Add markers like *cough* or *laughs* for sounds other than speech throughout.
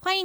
欢迎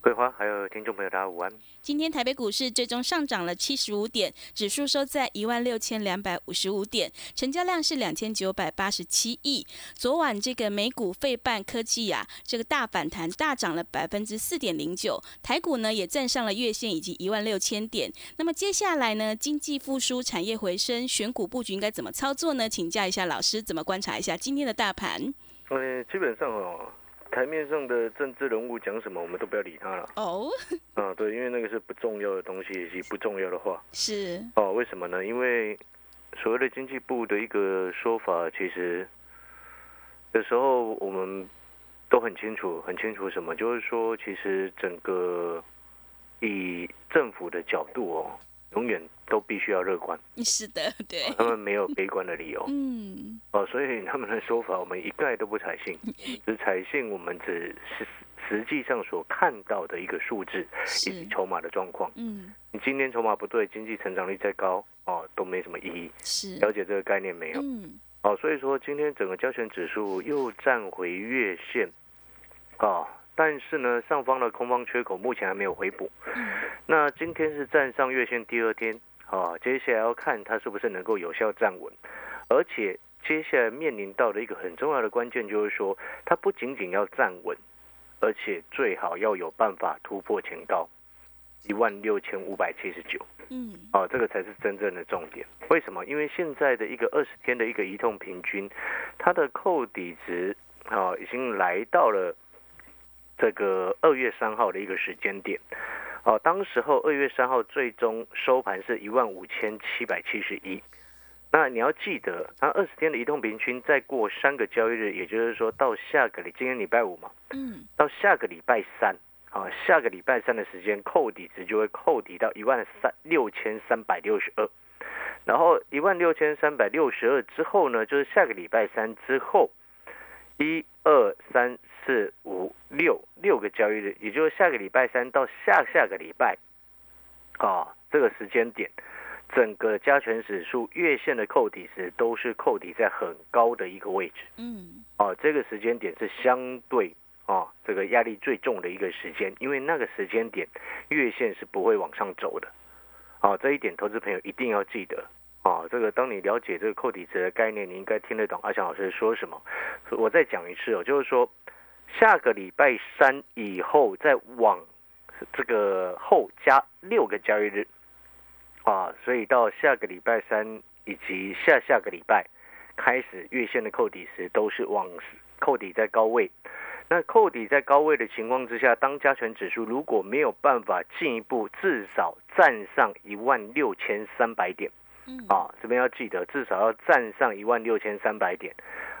桂花，还有听众朋友，大家午安。今天台北股市最终上涨了七十五点，指数收在一万六千两百五十五点，成交量是两千九百八十七亿。昨晚这个美股费半科技啊，这个大反弹，大涨了百分之四点零九，台股呢也站上了月线以及一万六千点。那么接下来呢，经济复苏、产业回升，选股布局应该怎么操作呢？请教一下老师，怎么观察一下今天的大盘？呃，基本上哦，台面上的政治人物讲什么，我们都不要理他了。哦，啊，对，因为那个是不重要的东西，以及不重要的话。是，哦，为什么呢？因为所谓的经济部的一个说法，其实有时候我们都很清楚，很清楚什么，就是说，其实整个以政府的角度哦，永远都必须要乐观，是的，对，他们没有悲观的理由。嗯，哦，所以他们的说法我们一概都不采信，只采信我们只是实际上所看到的一个数字以及是，筹码的状况。嗯，你今天筹码不对，经济成长率再高哦都没什么意义。是，了解这个概念没有？嗯，哦，所以说今天整个交权指数又站回月线，哦，但是呢上方的空方缺口目前还没有回补。那今天是站上月线第二天，哦，接下来要看它是不是能够有效站稳，而且接下来面临到的一个很重要的关键就是说，它不仅仅要站稳，而且最好要有办法突破前高一万六千五百七十九。嗯，哦，这个才是真正的重点。为什么？因为现在的一个二十天的一个移动平均，它的扣底值哦，已经来到了这个二月三号的一个时间点。哦，当时候二月三号最终收盘是一万五千七百七十一。那你要记得，它二十天的移动平均再过三个交易日，也就是说到下个礼，今天礼拜五嘛，嗯，到下个礼拜三，啊，下个礼拜三的时间扣底值就会扣底到一万三六千三百六十二，然后一万六千三百六十二之后呢，就是下个礼拜三之后，一二三四五六六个交易日，也就是下个礼拜三到下下个礼拜，啊，这个时间点。整个加权指数月线的扣底值都是扣底在很高的一个位置，嗯，哦，这个时间点是相对哦，这个压力最重的一个时间，因为那个时间点月线是不会往上走的。哦，这一点投资朋友一定要记得。哦，这个当你了解这个扣底值的概念，你应该听得懂阿翔老师说什么。我再讲一次哦，就是说下个礼拜三以后再往这个后加六个交易日啊，所以到下个礼拜三以及下下个礼拜开始月线的扣底时都是往扣底在高位。那扣底在高位的情况之下，当加权指数如果没有办法进一步至少站上一万六千三百点嗯，啊，这边要记得至少要站上一万六千三百点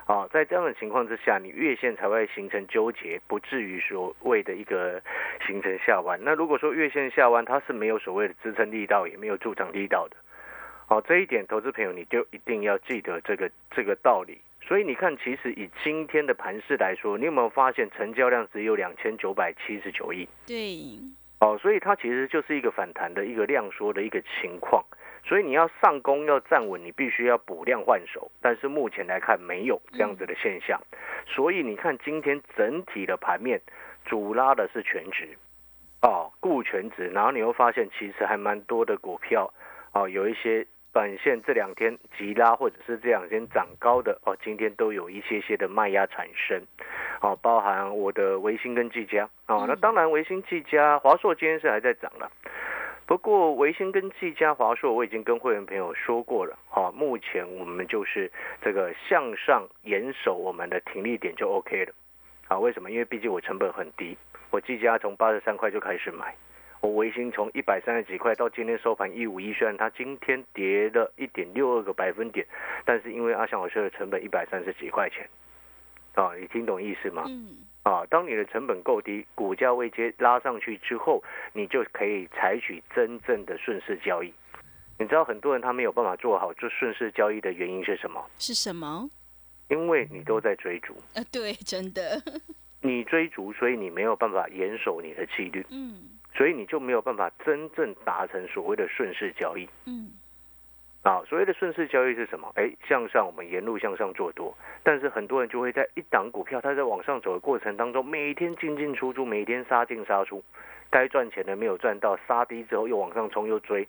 啊，在这样的情况之下，你月线才会形成纠结，不至于所谓的一个形成下弯。那如果说月线下弯，它是没有所谓的支撑力道，也没有助长力道的。好，这一点投资朋友你就一定要记得这个这个道理。所以你看，其实以今天的盘势来说，你有没有发现成交量只有两千九百七十九亿？对，哦，所以它其实就是一个反弹的一个量缩的一个情况。所以你要上攻要站稳，你必须要补量换手，但是目前来看没有这样子的现象。所以你看今天整体的盘面，主拉的是全值，哦，固全值，然后你会发现其实还蛮多的股票，哦，有一些短线这两天急拉或者是这两天涨高的，哦，今天都有一些些的卖压产生，哦，包含我的维新跟技嘉，哦，那嗯当然维新、技嘉、华硕今天是还在涨了。不过，维新跟技嘉、华硕，我已经跟会员朋友说过了，哈、目前我们就是这个向上严守我们的停利点就 OK 了，啊，为什么？因为毕竟我成本很低，我技嘉从八十三块就开始买，我维新从一百三十几块到今天收盘一五一，虽然它今天跌了一点六二个百分点，但是因为阿翔老师的成本一百三十几块钱，啊，你听懂意思吗？嗯，啊，当你的成本够低，股价位阶拉上去之后，你就可以采取真正的顺势交易。你知道很多人他没有办法做好这顺势交易的原因是什么？是什么？因为你都在追逐，呃，对，真的，你追逐，所以你没有办法严守你的纪律， *laughs* 嗯所以你就没有办法真正达成所谓的顺势交易。嗯啊，所谓的顺势交易是什么？哎，向上，我们沿路向上做多，但是很多人就会在一档股票它在往上走的过程当中，每天进进出出，每天杀进杀出，该赚钱的没有赚到，杀低之后又往上冲又追，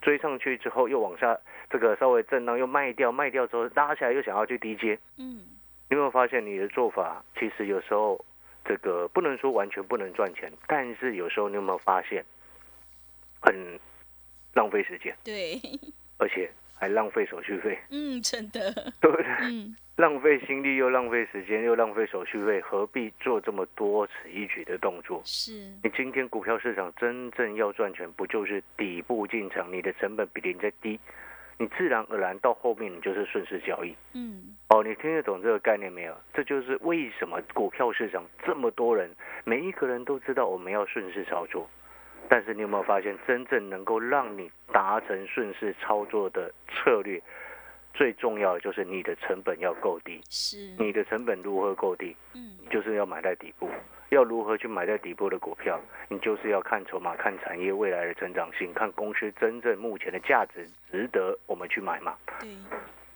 追上去之后又往下，这个稍微震荡又卖掉，卖掉之后拉下来又想要去低接，嗯，你有没有发现你的做法其实有时候这个不能说完全不能赚钱，但是有时候你有没有发现很浪费时间，对，而且还浪费手续费， *laughs* 嗯，真的，对不对？嗯浪费心力又浪费时间又浪费手续费，何必做这么多此一举的动作？是，你今天股票市场真正要赚钱，不就是底部进场，你的成本比人家低，你自然而然到后面你就是顺势交易。嗯哦，你听得懂这个概念没有？这就是为什么股票市场这么多人，每一个人都知道我们要顺势操作，但是你有没有发现，真正能够让你达成顺势操作的策略，最重要的就是你的成本要够低。是，你的成本如何够低，嗯就是要买在底部。要如何去买在底部的股票，你就是要看筹码、看产业未来的成长性，看公司真正目前的价值，值得我们去买嘛？对，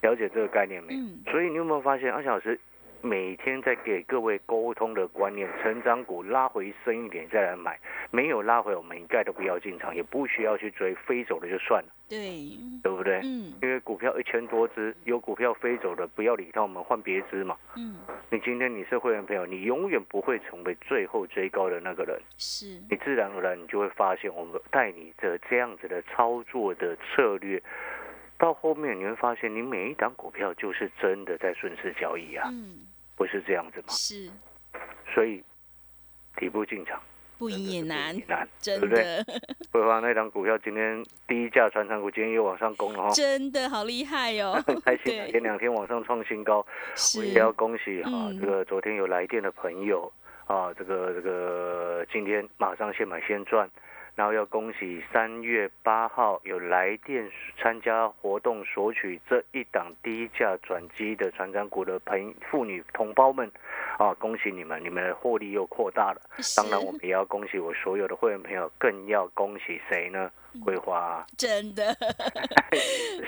了解这个概念没有？嗯所以你有没有发现，阿翔老师每天在给各位沟通的观念，成长股拉回深一点再来买，没有拉回我们一概都不要进场，也不需要去追，飞走了就算了，对，对不对？嗯因为股票一千多只，有股票飞走的，不要理它，我们换别只嘛。嗯你今天你是会员朋友，你永远不会成为最后追高的那个嗯人，是，你自然而然你就会发现，我们带你的这样子的操作的策略，到后面你会发现，你每一档股票就是真的在顺势交易啊，嗯不是这样子吗？是，所以底部进场不赢也难也，难，真对不对？的。桂花那档股票今天第一价传长股今天又往上攻了哈、真的好厉害 *laughs* 哦！很开心，对前两天往上创新高，我是也，要恭喜哈、嗯这个昨天有来电的朋友啊，这个这个今天马上现买现赚，然后要恭喜三月八号有来电参加活动索取这一档低价转机的船长股的朋妇女同胞们啊，恭喜你们，你们的获利又扩大了。是当然，我们也要恭喜我所有的会员朋友，更要恭喜谁呢？桂花啊、真的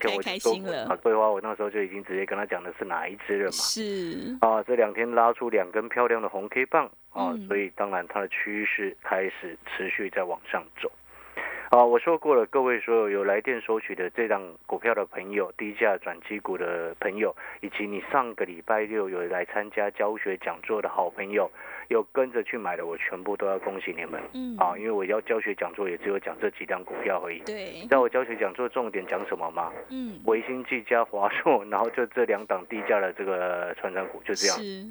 之前我就嗯太开说心过了啊，桂花，我那时候就已经直接跟他讲的是哪一只了嘛。嗯是，啊，这两天拉出两根漂亮的红 K 棒啊，嗯所以当然它的趋势开始持续在往上走。啊，我说过了，各位所有有来电索取的这档股票的朋友，低价转机股的朋友，以及你上个礼拜六有来参加教学讲座的好朋友，有跟着去买的，我全部都要恭喜你们嗯，啊！因为我要教学讲座也只有讲这几档股票而已。对你知，道我教学讲座重点讲什么吗？嗯，维新、技嘉、华硕，然后就这两档低价的这个传长股，就这样。是，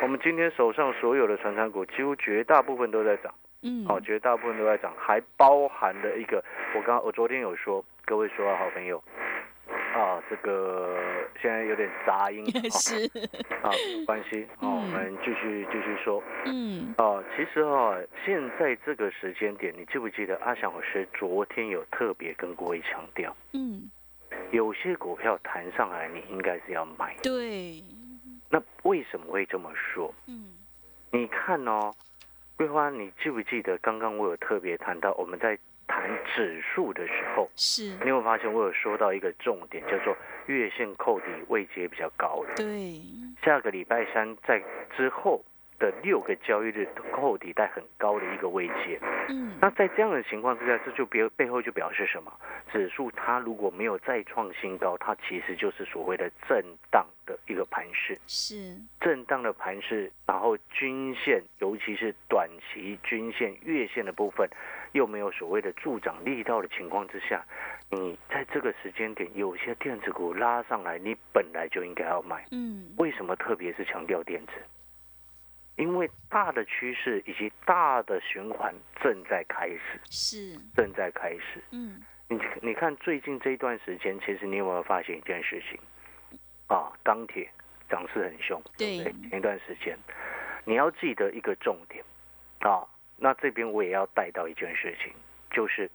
我们今天手上所有的传产股，几乎绝大部分都在涨，嗯，哦，绝大部分都在涨，还包含了一个，我刚我昨天有说，各位说啊，好朋友，啊，这个现在有点杂音啊， *laughs* 是，啊，没关系，啊，嗯我们继续继续说，嗯，啊，其实啊，现在这个时间点，你记不记得阿翔老师昨天有特别跟各位强调，嗯，有些股票弹上来，你应该是要买，对，那为什么会这么说？嗯，你看哦，桂花，你记不记得刚刚我有特别谈到，我们在谈指数的时候，是你，有没有发现我有说到一个重点，叫做月线扣底位阶比较高的，对，下个礼拜三在之后的六个交易日扣底带很高的一个位阶。嗯，那在这样的情况之下，这就别背后就表示什么？指数它如果没有再创新高，它其实就是所谓的震荡的一个盘势。是，震荡的盘势，然后均线，尤其是短期均线、月线的部分，又没有所谓的助长力道的情况之下，你在这个时间点，有些电子股拉上来，你本来就应该要买。嗯，为什么特别是强调电子？因为大的趋势以及大的循环正在开始，是，正在开始。嗯，你你看最近这一段时间，其实你有没有发现一件事情？啊，钢铁涨势很凶，对不前一段时间，你要记得一个重点啊。那这边我也要带到一件事情，就是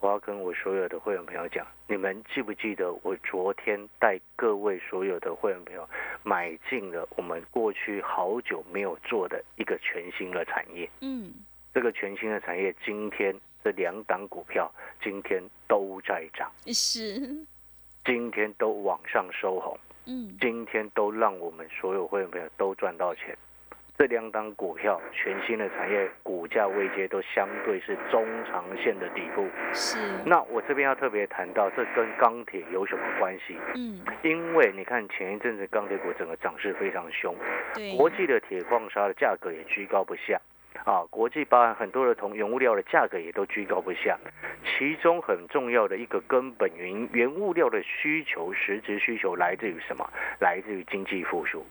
我要跟我所有的会员朋友讲，你们记不记得我昨天带各位所有的会员朋友买进了我们过去好久没有做的一个全新的产业？嗯，这个全新的产业，今天这两档股票今天都在涨，是，今天都往上收红，嗯，今天都让我们所有会员朋友都赚到钱。这两档股票全新的产业股价位阶都相对是中长线的底部。是，那我这边要特别谈到，这跟钢铁有什么关系？嗯，因为你看前一阵子钢铁股整个涨势非常凶，对，国际的铁矿砂的价格也居高不下，啊，国际包含很多的铜原物料的价格也都居高不下，其中很重要的一个根本原因，原物料的需求，实质需求来自于什么？来自于经济复苏。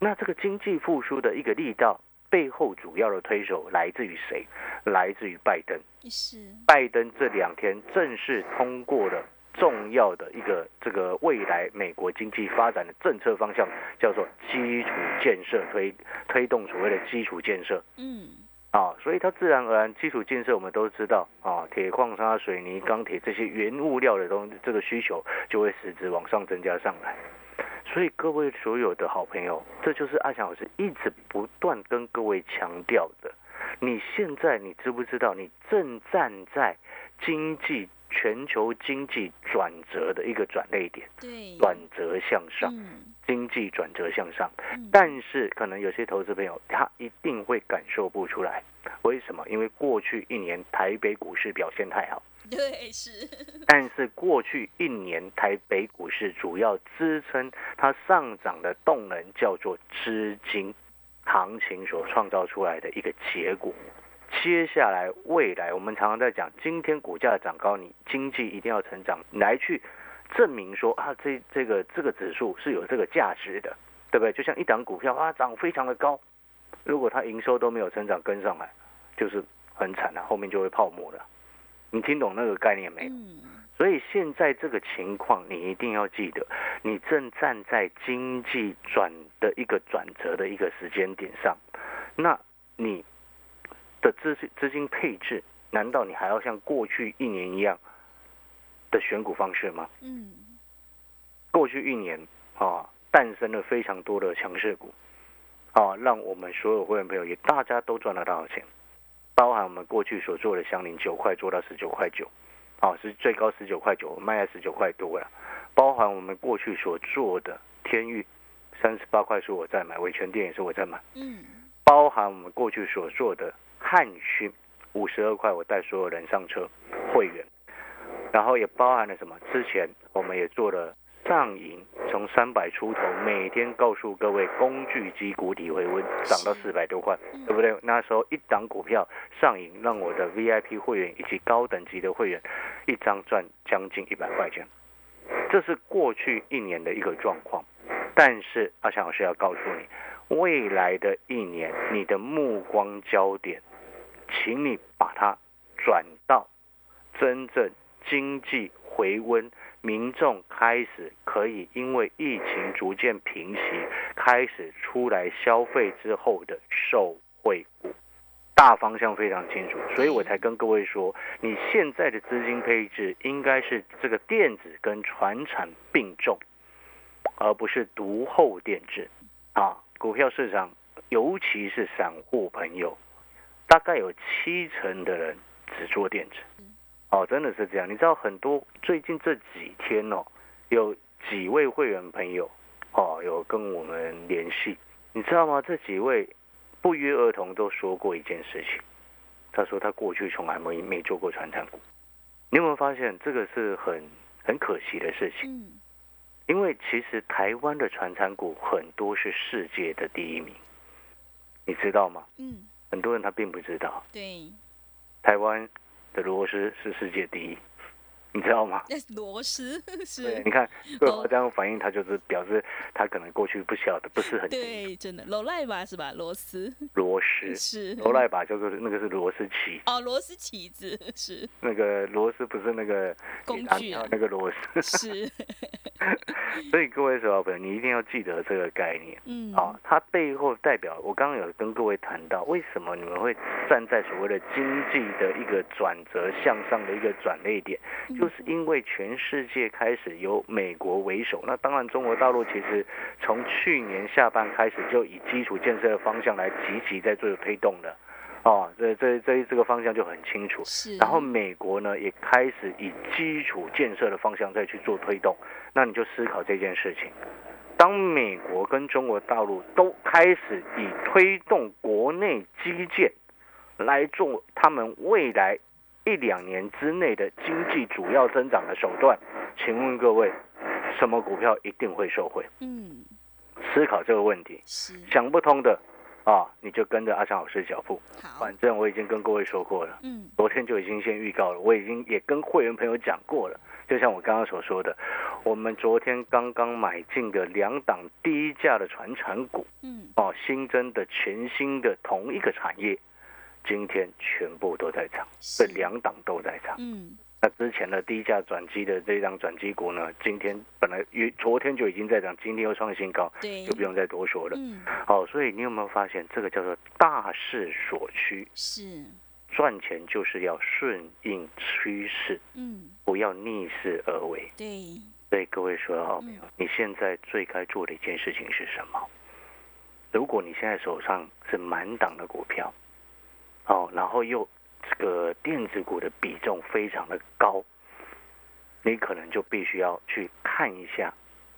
那这个经济复苏的一个力道背后主要的推手来自于谁？来自于拜登。是，拜登这两天正式通过了重要的一个这个未来美国经济发展的政策方向，叫做基础建设推推动所谓的基础建设嗯，啊，所以它自然而然基础建设我们都知道啊，铁矿砂、水泥、钢铁这些原物料的东这个需求就会实质往上增加上来。所以各位所有的好朋友，这就是阿翔老师一直不断跟各位强调的。你现在你知不知道，你正站在经济全球经济转折的一个转类点，对，转折向上，嗯，经济转折向上。嗯，但是可能有些投资朋友他一定会感受不出来，为什么？因为过去一年台北股市表现太好，对，是，但是过去一年台北股市主要支撑它上涨的动能叫做资金行情所创造出来的一个结果。接下来未来，我们常常在讲，今天股价涨高，你经济一定要成长来去证明说啊，这这个这个指数是有这个价值的，对不对？就像一档股票啊，涨非常的高，如果它营收都没有成长跟上来，就是很惨啊，后面就会泡沫了。你听懂那个概念没有？嗯，所以现在这个情况，你一定要记得，你正站在经济转的一个转折的一个时间点上，那你的资资金配置，难道你还要像过去一年一样的选股方式吗？嗯，过去一年啊，诞生了非常多的强势股，啊，让我们所有会员朋友也大家都赚了大钱，包含我们过去所做的香菱九块做到十九块九，啊，是最高十九块九，我卖在十九块多了，包含我们过去所做的天域三十八块是我在买，维权店也是我在买，嗯，包含我们过去所做的汉讯五十二块，我带所有人上车会员，然后也包含了什么？之前我们也做了上影，从三百出头，每天告诉各位工具机谷底回温，涨到四百多块，嗯对不对？那时候一档股票上影，让我的 VIP 会员以及高等级的会员一张赚将近一百块钱，这是过去一年的一个状况。但是阿翔老师要告诉你，未来的一年，你的目光焦点，请你把它转到真正经济回温，民众开始可以因为疫情逐渐平息，开始出来消费之后的受惠股。大方向非常清楚，所以我才跟各位说，你现在的资金配置应该是这个电子跟船产并重，而不是独后电子。啊，股票市场，尤其是散户朋友，大概有七成的人只做电子。哦，真的是这样。你知道很多最近这几天哦，有几位会员朋友哦有跟我们联系，你知道吗？这几位不约而同都说过一件事情，他说他过去从来没没做过传产股。你有没有发现这个是很很可惜的事情？嗯，因为其实台湾的传产股很多是世界的第一名，你知道吗？嗯，很多人他并不知道，对，台湾的螺丝是世界第一，你知道吗？那螺丝对，是，你看对哦我这样反应，他就是表示他可能过去不晓得，不是很清对，真的螺赖吧是吧？螺丝楚螺丝。是，罗赖吧，就是那个是螺丝起，哦，螺丝起子是那个螺丝不是那个工打具鸟啊，那个螺丝。 *laughs* 是，所以各位小朋友，你一定要记得这个概念嗯，啊、它背后代表，我刚刚有跟各位谈到，为什么你们会站在所谓的经济的一个转折向上的一个转捩点，就是因为全世界开始由美国为首。那当然，中国大陆其实从去年下半开始就以基础建设的方向来积极在做推动了。哦，这这这这个方向就很清楚。是，然后美国呢也开始以基础建设的方向再去做推动，那你就思考这件事情。当美国跟中国大陆都开始以推动国内基建来做他们未来一两年之内的经济主要增长的手段，请问各位，什么股票一定会受惠？嗯，思考这个问题，是，想不通的啊，你就跟着阿强老师脚步。好反，正我已经跟各位说过了。嗯，昨天就已经先预告了，我已经也跟会员朋友讲过了。就像我刚刚所说的，我们昨天刚刚买进的两档低价的传产股嗯，哦，新增的全新的同一个产业，今天全部都在涨，这是，两档都在涨。嗯，那之前的低价转机的这一档转机股呢，今天本来约昨天就已经在涨，今天又创新高，对就，不用再多说了。嗯，哦，所以你有没有发现这个叫做大势所趋？是，赚钱就是要顺应趋势，嗯，不要逆势而为。对，所以各位说到没有？你现在最该做的一件事情是什么？如果你现在手上是满档的股票，哦，然后又这个电子股的比重非常的高，你可能就必须要去看一下，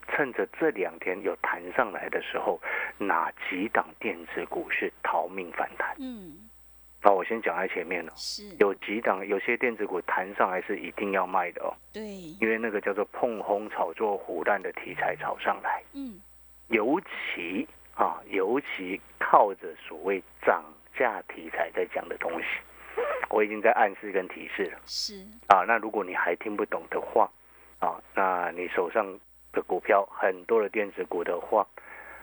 趁着这两天有弹上来的时候，哪几档电子股是逃命反弹？嗯，那我先讲在前面了。是，有几档有些电子股弹上来是一定要卖的哦，对，因为那个叫做碰轰炒作虎烂的题材炒上来，嗯，尤其啊，尤其靠着所谓涨价题材在讲的东西，我已经在暗示跟提示了是，啊。那如果你还听不懂的话，啊，那你手上的股票很多的电子股的话，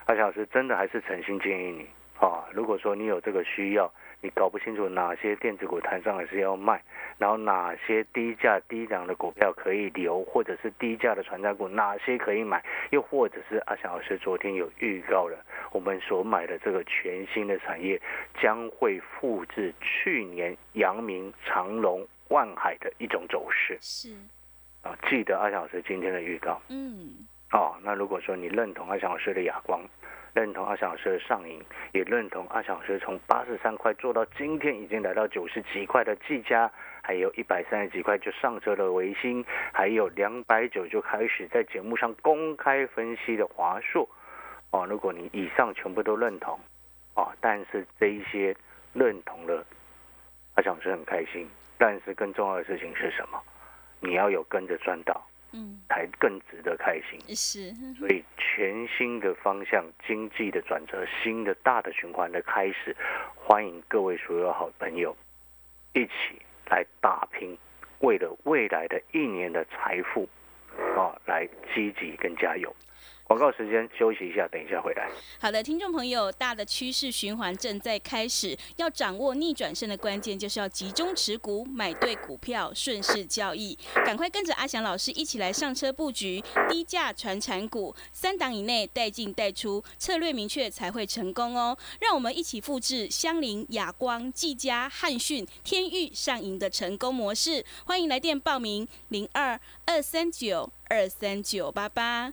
阿强老师真的还是诚心建议你啊，如果说你有这个需要，你搞不清楚哪些电子股摊上来是要卖，然后哪些低价低档的股票可以留，或者是低价的传单股哪些可以买，又或者是阿强老师昨天有预告了，我们所买的这个全新的产业将会复制去年阳明、长隆、万海的一种走势是，啊。记得阿强老师今天的预告。嗯，哦，那如果说你认同阿翔老师的哑光，认同阿翔老师的上瘾，也认同阿翔老师从八十三块做到今天已经来到九十几块的技嘉，还有一百三十几块就上车的维新，还有两百九就开始在节目上公开分析的华硕，哦，如果你以上全部都认同，哦，但是这一些认同了，阿翔老师很开心，但是更重要的事情是什么？你要有跟着赚到，嗯，才更值得开心。是，嗯所以全新的方向、经济的转折、新的大的循环的开始，欢迎各位所有好朋友一起来打拼，为了未来的一年的财富啊，来积极跟加油。广告时间，休息一下，等一下回来。好的，听众朋友，大的趋势循环正在开始，要掌握逆转胜的关键，就是要集中持股，买对股票，顺势交易。赶快跟着阿翔老师一起来上车布局低价传产股，三档以内带进带出，策略明确才会成功哦。让我们一起复制香菱、亚光、技嘉、汉讯、天域上银的成功模式。欢迎来电报名零二二三九二三九八八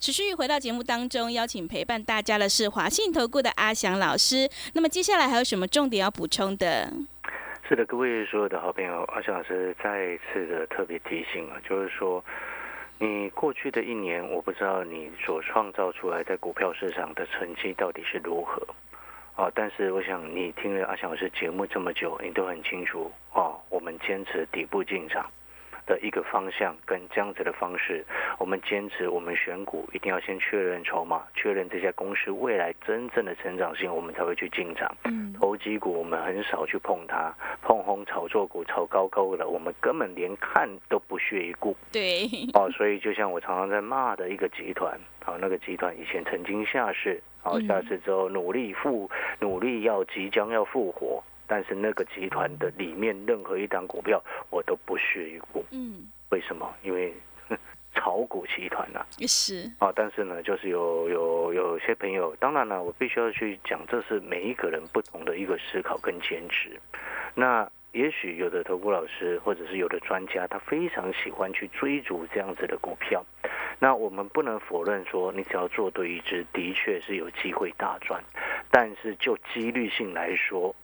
持续回到节目当中，邀请陪伴大家的是华信投顾的阿翔老师。那么接下来还有什么重点要补充的？是的，各位所有的好朋友，阿翔老师再一次的特别提醒啊，就是说，你过去的一年，我不知道你所创造出来在股票市场的成绩到底是如何啊，但是我想你听了阿翔老师节目这么久，你都很清楚啊，我们坚持底部进场。的一个方向跟这样子的方式，我们坚持我们选股一定要先确认筹码，确认这家公司未来真正的成长性，我们才会去进场。嗯投机股我们很少去碰它，碰红炒作股炒高高的，我们根本连看都不屑一顾。对，哦，所以就像我常常在骂的一个集团，啊，那个集团以前曾经下市，啊，嗯下市之后努力复，努力要即将要复活，但是那个集团的里面任何一档股票我都不屑一顾。嗯，为什么？因为哼炒股集团呐、也是，啊，但是呢，就是有有有些朋友，当然了，我必须要去讲，这是每一个人不同的一个思考跟坚持。那也许有的投顾老师或者是有的专家，他非常喜欢去追逐这样子的股票。那我们不能否认说，你只要做对一只，的确是有机会大赚。但是就几率性来说，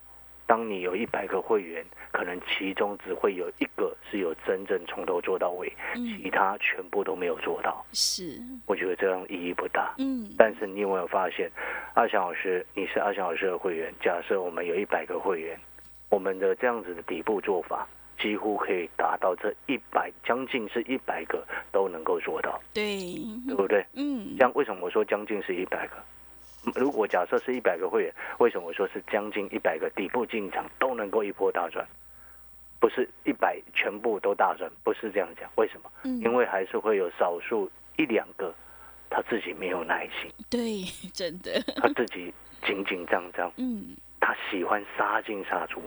当你有一百个会员，可能其中只会有一个是有真正从头做到尾，其嗯，他全部都没有做到。是，我觉得这样意义不大。嗯，但是你有没有发现，阿翔老师，你是阿翔老师的会员？假设我们有一百个会员，我们的这样子的底部做法，几乎可以达到这一百，将近是一百个都能够做到，对，对不对？嗯这，样为什么我说将近是一百个？嗯如果假设是一百个会员，为什么我说是将近一百个底部进场都能够一波大赚？不是一百全部都大赚，不是这样讲。为什么？嗯，因为还是会有少数一两个，他自己没有耐心，对，真的，他自己紧紧张张，嗯，他喜欢杀进杀出。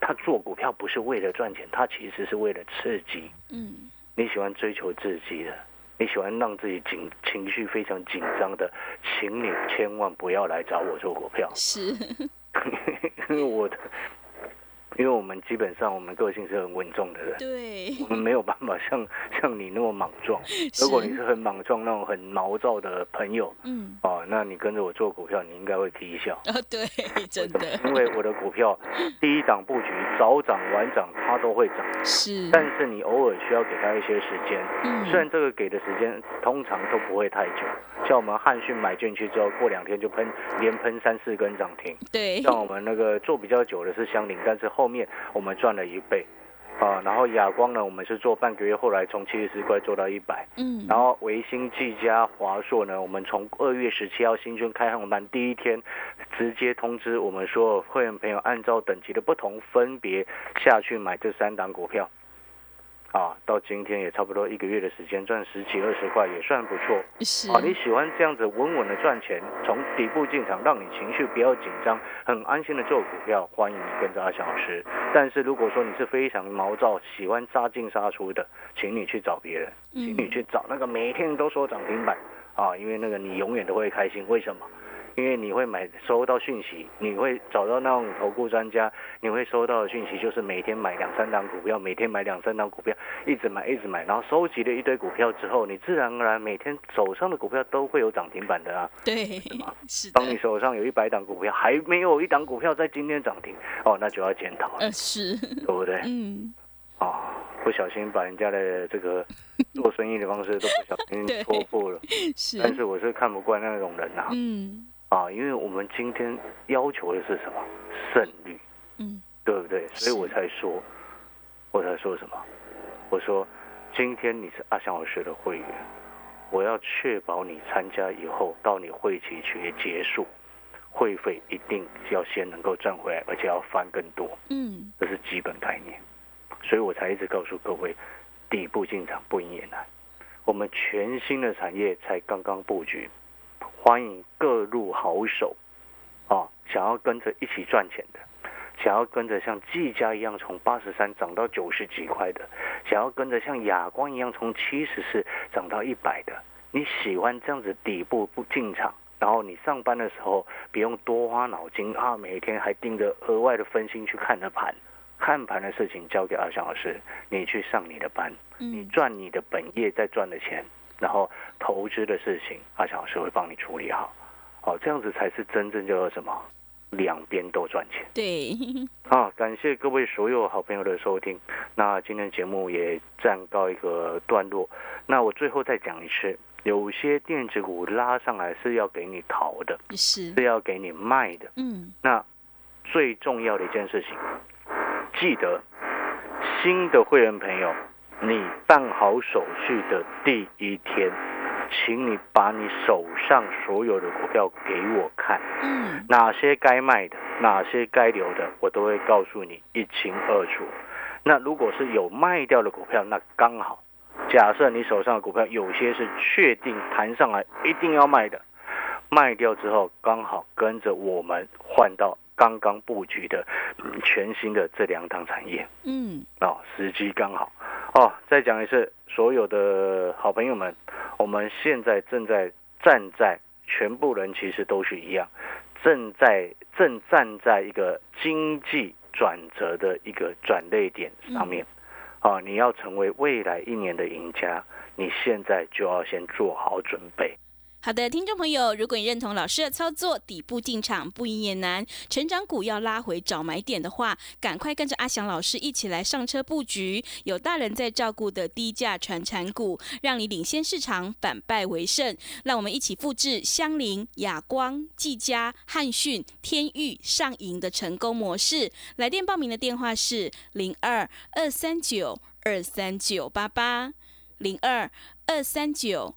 他做股票不是为了赚钱，他其实是为了刺激。嗯，你喜欢追求刺激的，你喜欢让自己紧情绪非常紧张的，请你千万不要来找我做股票，是，因为我的，因为我们基本上我们个性是很稳重的人，对，我们没有办法像 *laughs* 像你那么莽撞。如果你是很莽撞那种很毛躁的朋友嗯，哦，那你跟着我做股票，你应该会啼笑， *laughs* 啊，对，真的因为我的股票第一档布局早涨晚涨它都会涨，嗯是，但是你偶尔需要给它一些时间。嗯，虽然这个给的时间通常都不会太久，像我们汉讯买进去之后，过两天就喷连喷三四根涨停，对，像我们那个做比较久的是香菱，但是后面我们赚了一倍。啊，然后亚光呢，我们是做半个月，后来从七十四块做到一百，嗯，然后维新、技嘉、华硕呢，我们从二月十七号新春开航班第一天，直接通知我们所有会员朋友，按照等级的不同，分别下去买这三档股票。啊，到今天也差不多一个月的时间，赚十几二十块也算不错。是，啊，你喜欢这样子稳稳的赚钱，从底部进场，让你情绪不要紧张，很安心的做股票，欢迎你跟着阿翔老师。但是如果说你是非常毛躁，喜欢杀进杀出的，请你去找别人。请嗯你去找那个每天都说涨停板啊，因为那个你永远都会开心。为什么？因为你会买收到讯息，你会找到那种投顾专家，你会收到的讯息就是每天买两三档股票，每天买两三档股票，一直买一直买，然后收集了一堆股票之后，你自然而然每天手上的股票都会有涨停板的啊。对，是当你的，手上有一百档股票，还没有一档股票在今天涨停，哦，那就要检讨了，呃，是，对不对？嗯，哦，不小心把人家的这个做生意的方式都不小心 *laughs* 对戳破了。是，但是我是看不惯那种人呐、嗯啊，因为我们今天要求的是什么？胜率，嗯，对不对？所以是我才说，我才说什么？我说，今天你是阿翔老师的会员，我要确保你参加以后到你会期结结束，会费一定要先能够赚回来，而且要翻更多。嗯，这是基本概念，所以我才一直告诉各位，底部进场不赢也难。我们全新的产业才刚刚布局，欢迎各路好手啊，想要跟着一起赚钱的，想要跟着像技嘉一样从八十三涨到九十几块的，想要跟着像亚光一样从七十四涨到一百的，你喜欢这样子底部不进场，然后你上班的时候不用多花脑筋啊，每天还盯着额外的分心去看着盘，看盘的事情交给阿翔老师，你去上你的班，你嗯，赚你的本业在赚的钱，然后投资的事情，阿强老师会帮你处理好。哦，这样子才是真正叫做什么？两边都赚钱。对， *laughs* 啊，感谢各位所有好朋友的收听。那今天节目也暂告一个段落。那我最后再讲一次，有些电子股拉上来是要给你逃的，是，是要给你卖的。嗯，那最重要的一件事情，记得新的会员朋友，你办好手续的第一天，请你把你手上所有的股票给我看。嗯，哪些该卖的，哪些该留的，我都会告诉你一清二楚。那如果是有卖掉的股票，那刚好。假设你手上的股票有些是确定盘上来一定要卖的，卖掉之后刚好跟着我们换到刚刚布局的嗯全新的这两档产业。嗯，哦，时机刚好。哦，再讲一次，所有的好朋友们，我们现在正在站在，全部人其实都是一样，正在正站在一个经济转折的一个转捩点上面。哦，你要成为未来一年的赢家，你现在就要先做好准备。好的，听众朋友，如果你认同老师的操作，底部进场不赢也难，成长股要拉回找买点的话，赶快跟着阿翔老师一起来上车布局，有大人在照顾的低价传产股，让你领先市场，反败为胜。让我们一起复制香菱、亚光、技嘉、汉讯、天域、上银的成功模式。来电报名的电话是零二二三九二三九八八零二二三九